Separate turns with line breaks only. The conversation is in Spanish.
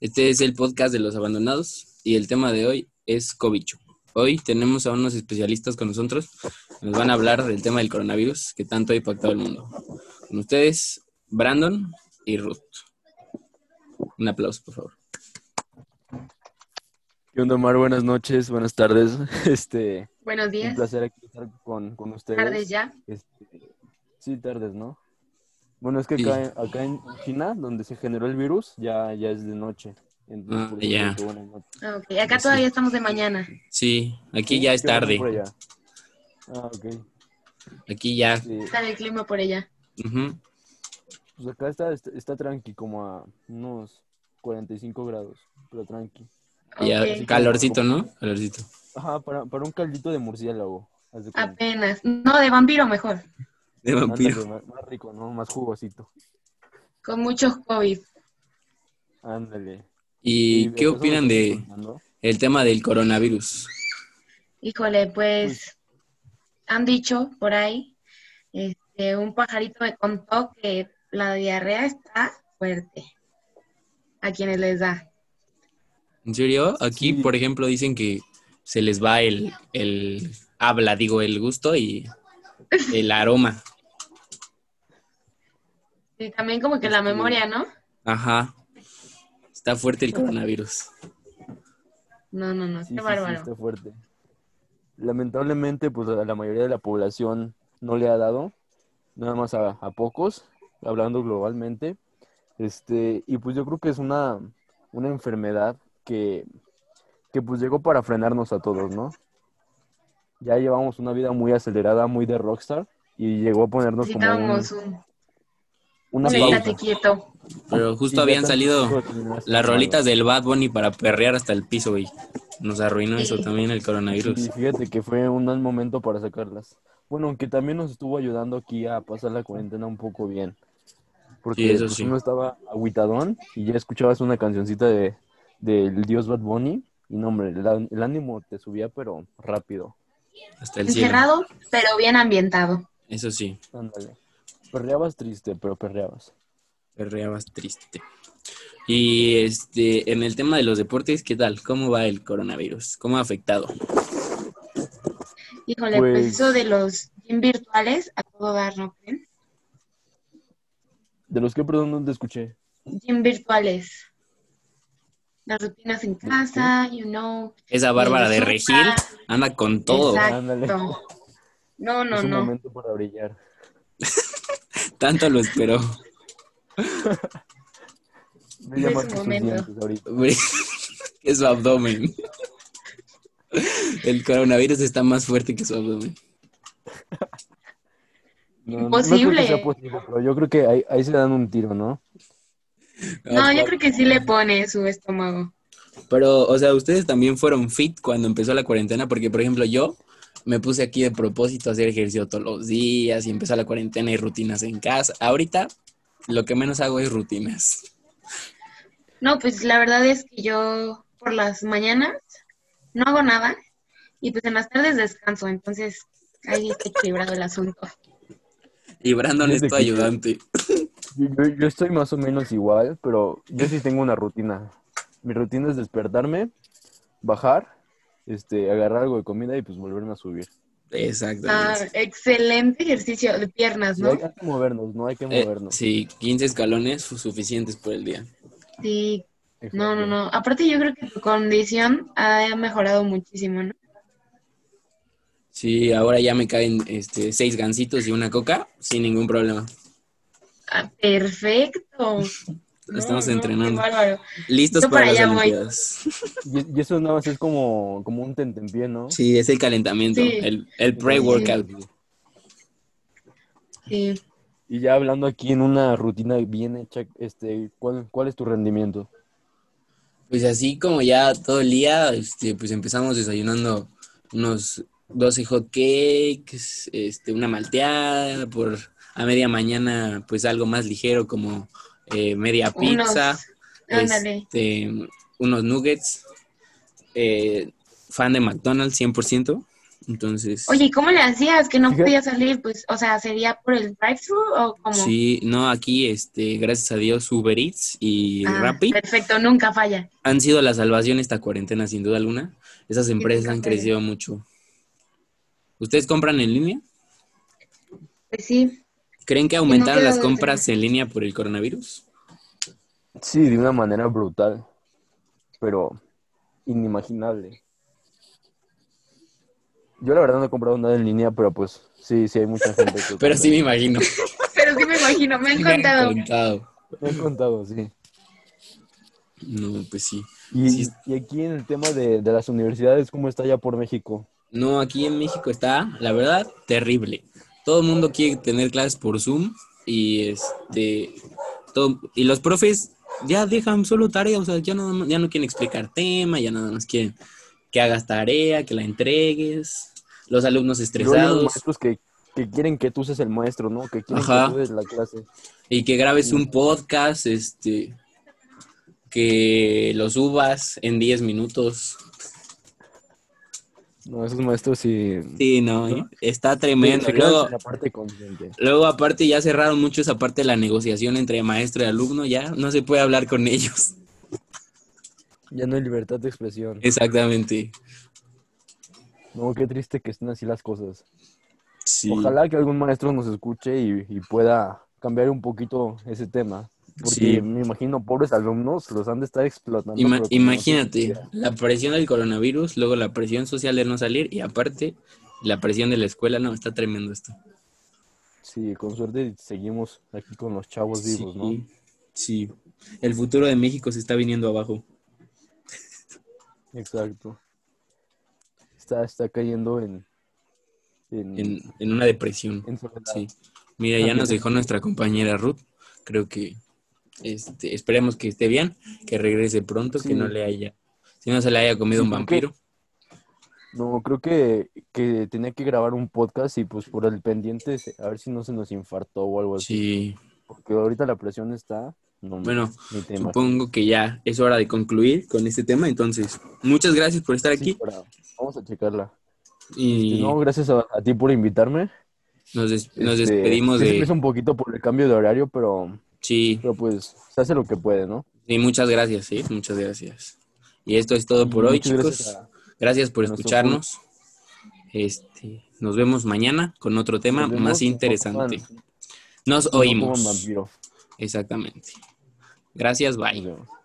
Este es el podcast de los abandonados y el tema de hoy es Covicho. Hoy tenemos a unos especialistas con nosotros. Nos van a hablar del tema del coronavirus que tanto ha impactado el mundo. Con ustedes, Brandon y Ruth. Un aplauso, por favor.
¿Qué onda, Omar? Buenas noches, buenas tardes. Este,
Buenos
un
días.
placer aquí estar con, con ustedes.
Tardes ya.
Este, sí, tardes, ¿no? Bueno, es que
Sí.
acá, acá en China, donde se generó el virus, ya, ya es de noche. Entonces,
Ah,
por eso
ya.
digo, buenas noches.
Ah, ok. Acá
Sí.
todavía estamos de mañana.
Sí, aquí
¿Sí?
ya es
¿Qué hora
tarde.
por allá? Ah, ok.
Aquí ya.
Sí.
Está el clima por allá.
Ujú.
Pues acá está, está, está tranqui, como a unos 45 grados, pero tranqui.
Ya,
Ah, Ok.
calorcito, ¿no? Calorcito.
Ajá, para, para un caldito de murciélago. haz de cuenta.
Apenas. No, de vampiro mejor.
De Ah, vampiro.
Ándale, más, más rico, ¿no? Más jugosito.
Con muchos COVID.
Ándale.
¿Y
de
qué
eso nos
opinan
estás
de
contando.
el tema del coronavirus?
Híjole, pues han dicho por ahí, este, un pajarito me contó que la diarrea está fuerte a quienes les da.
¿En serio? Aquí,
Sí.
por ejemplo, dicen que se les va el, el habla, digo, el gusto y el aroma.
Y también como que la
Este-
memoria, ¿no?
Ajá. Está fuerte el coronavirus.
No, no, no,
Sí,
qué
sí, sí,
bárbaro.
está fuerte. Lamentablemente, pues a la mayoría de la población no le ha dado, nada más a, a pocos, hablando globalmente. Este, y pues yo creo que es una, una enfermedad que, que pues llegó para frenarnos a todos, ¿no? Ya llevamos una vida muy acelerada, muy de rockstar, y llegó a ponernos como un-
Necesitábamos un,
una
un
Sí.
pausa.
estate quieto.
Pero
Y
justo
ya
habían
tanto
salido
tiempo terminaste
las
malo.
rolitas del Bad Bunny para perrear hasta el piso, güey. Nos arruinó
Sí.
eso también el coronavirus.
Y fíjate que fue un mal momento para sacarlas. Bueno, aunque también nos estuvo ayudando aquí a pasar la cuarentena un poco bien. Porque
Sí, eso
pues,
sí.
uno estaba aguitadón y ya escuchabas una cancioncita de del dios Bad Bunny. Y no, hombre, el, á- el ánimo te subía, pero rápido.
Hasta el cielo.
Encerrado, pero bien ambientado.
Eso sí,
Ándale. Perreabas triste, pero perreabas.
perreabas triste. Y este, en el tema de los deportes, ¿qué tal? ¿Cómo va el coronavirus? ¿Cómo ha afectado?
Híjole, pues,
Pues-
eso de los gym virtuales, a todo dar, ¿no creen?
De los que, perdón, no te escuché.
Gym virtuales. Las rutinas en casa, you know.
Esa Bárbara de
Resulta-
Regil anda con todo.
Exacto.
Ándale.
No, no,
es un
no.
momento para brillar.
Tanto lo esperó.
Brilla
Es
más
un
que sus
momento.
dientes ahorita.
que su abdomen. El coronavirus está más fuerte que su abdomen.
No, no- No creo
Imposible.
que sea posible, pero yo creo que ahí, ahí se dan un tiro, ¿no?
No, yo creo que sí le pone su estómago.
Pero, o sea, ustedes también fueron fit cuando empezó la cuarentena, porque, por ejemplo, yo me puse aquí de propósito a hacer ejercicio todos los días y empezó la cuarentena y rutinas en casa. Ahorita lo que menos hago es rutinas.
No, pues la verdad es que yo por las mañanas no hago nada y pues en las tardes descanso, entonces ahí está equilibrado el asunto.
Y Brandon es
Fíjate
tu
que-
ayudante.
Yo, yo- yo estoy más o menos igual, pero yo sí tengo una rutina. Mi rutina es despertarme, bajar, este, agarrar algo de comida y pues volverme a subir.
Ah,
Exactamente.
excelente ejercicio de piernas,
Sí,
¿no?
hay hay que movernos, no hay que
Eh,
movernos.
sí, 15 escalones fu- suficientes por el día.
Sí,
Exacto.
no, no, no. Aparte yo creo que tu condición ha mejorado muchísimo, ¿no?
Sí, ahora ya me caen este, seis gansitos y una coca sin ningún problema.
Ah, perfecto. No,
Estamos
no, qué
entrenando.
bárbaro.
Listos
Yo
para
para
las
allá voy.
Olimpiadas.
Y, y eso nada más es como, como un tentempié, ¿no?
Sí, es el calentamiento,
Sí.
el, el pre-workout.
Sí.
Y ya hablando aquí en una rutina bien hecha, este, ¿cuál, cuál es tu rendimiento?
Pues así como ya todo el día, este, pues empezamos desayunando unos 12 hot cakes, este, una malteada, por a media mañana pues algo más ligero como eh, media
Unos-
pizza,
Ándale.
este, unos nuggets, eh, fan de McDonald's 100%, Entonces,
Oye, ¿y cómo le hacías que no
Fíjate.
podías salir? Pues, o sea, ¿sería por el drive-thru o cómo?
sí, no, aquí, este, gracias a Dios, Uber Eats y
Ah,
Rappi
Perfecto, nunca falla.
han sido la salvación esta cuarentena, sin duda alguna. Esas empresas
nunca
han
falla.
crecido mucho. ¿Ustedes compran en línea?
Pues sí,
¿Creen que
queda
aumentaron las
de
compras en línea por el coronavirus?
Sí, de una manera brutal, pero inimaginable. Yo la verdad no he comprado nada en línea, pero pues sí, sí hay mucha gente que
Pero
compra.
sí me imagino.
pero sí me imagino, me han
Me han
contado.
contado.
Me han contado, sí.
No, pues sí.
Y,
Sí.
y aquí en el tema de, de las universidades, ¿cómo está ya por México?
No, aquí en México está, la verdad, terrible. Todo el mundo quiere tener clases por Zoom y este todo, y los profes ya dejan solo tarea, o sea, ya nada más- ya no quieren explicar tema, ya nada más quieren que hagas tarea, que la entregues. Los alumnos
Yo oí unos
estresados
maestros que, que quieren que tú seas el maestro, ¿no? Que quieren
Ajá.
que tú des la clase.
y que grabes un podcast, este que lo subas en 10 minutos.
No, esos maestros sí...
Sí, no, ¿eh? está tremendo.
se quedan
Luego,
sin la parte consciente.
Luego, aparte, ya cerraron mucho esa parte de la negociación entre maestro y alumno, ya no se puede hablar con ellos.
Ya no hay libertad de expresión.
Exactamente.
No, qué triste que estén así las cosas.
Sí.
Ojalá que algún maestro nos escuche y, y pueda cambiar un poquito ese tema. Porque
Sí.
me imagino, pobres alumnos los han de estar explotando.
Ima-
pero como no se
imagínate,
quisiera.
la presión del coronavirus, luego la presión social de no salir y aparte la presión de la escuela, no, está tremendo esto.
Sí, con suerte seguimos aquí con los chavos vivos, ¿no?
Sí, sí. El futuro de México se está viniendo abajo.
Exacto. Está, está cayendo en, en,
En, en una depresión.
en soledad.
Sí. Mira, ya nos dejó nuestra compañera Ruth. Creo que este, esperemos que esté bien, que regrese pronto,
Sí.
que no le haya, si no se le haya comido
Sí,
un
creo que-
vampiro.
No, creo que, que tenía que grabar un podcast y pues por el pendiente, se- a ver si no se nos infartó o algo así.
Sí.
Porque ahorita la presión está... No,
Bueno,
ni te imaginas.
supongo que ya es hora de concluir con este tema. Entonces, muchas gracias por estar
Sí,
aquí
para- Vamos a checarla.
y
No, gracias a, a ti por invitarme.
nos, des- nos
Este,
despedimos
sí se
de.
presa un poquito por el cambio de horario, pero,
Sí,
pero pues se hace lo que puede, ¿no?
sí, muchas gracias, sí, muchas gracias. Y esto es todo por hoy,
Muchas
chicos.
gracias
Gracias,
a-
por
a nuestro
escucharnos. Este, nos vemos mañana con otro tema
nos vemos.
más interesante. Nos
No coman- no coman
oímos.
vampiro.
Exactamente. Gracias,
Nos
bye.
vemos.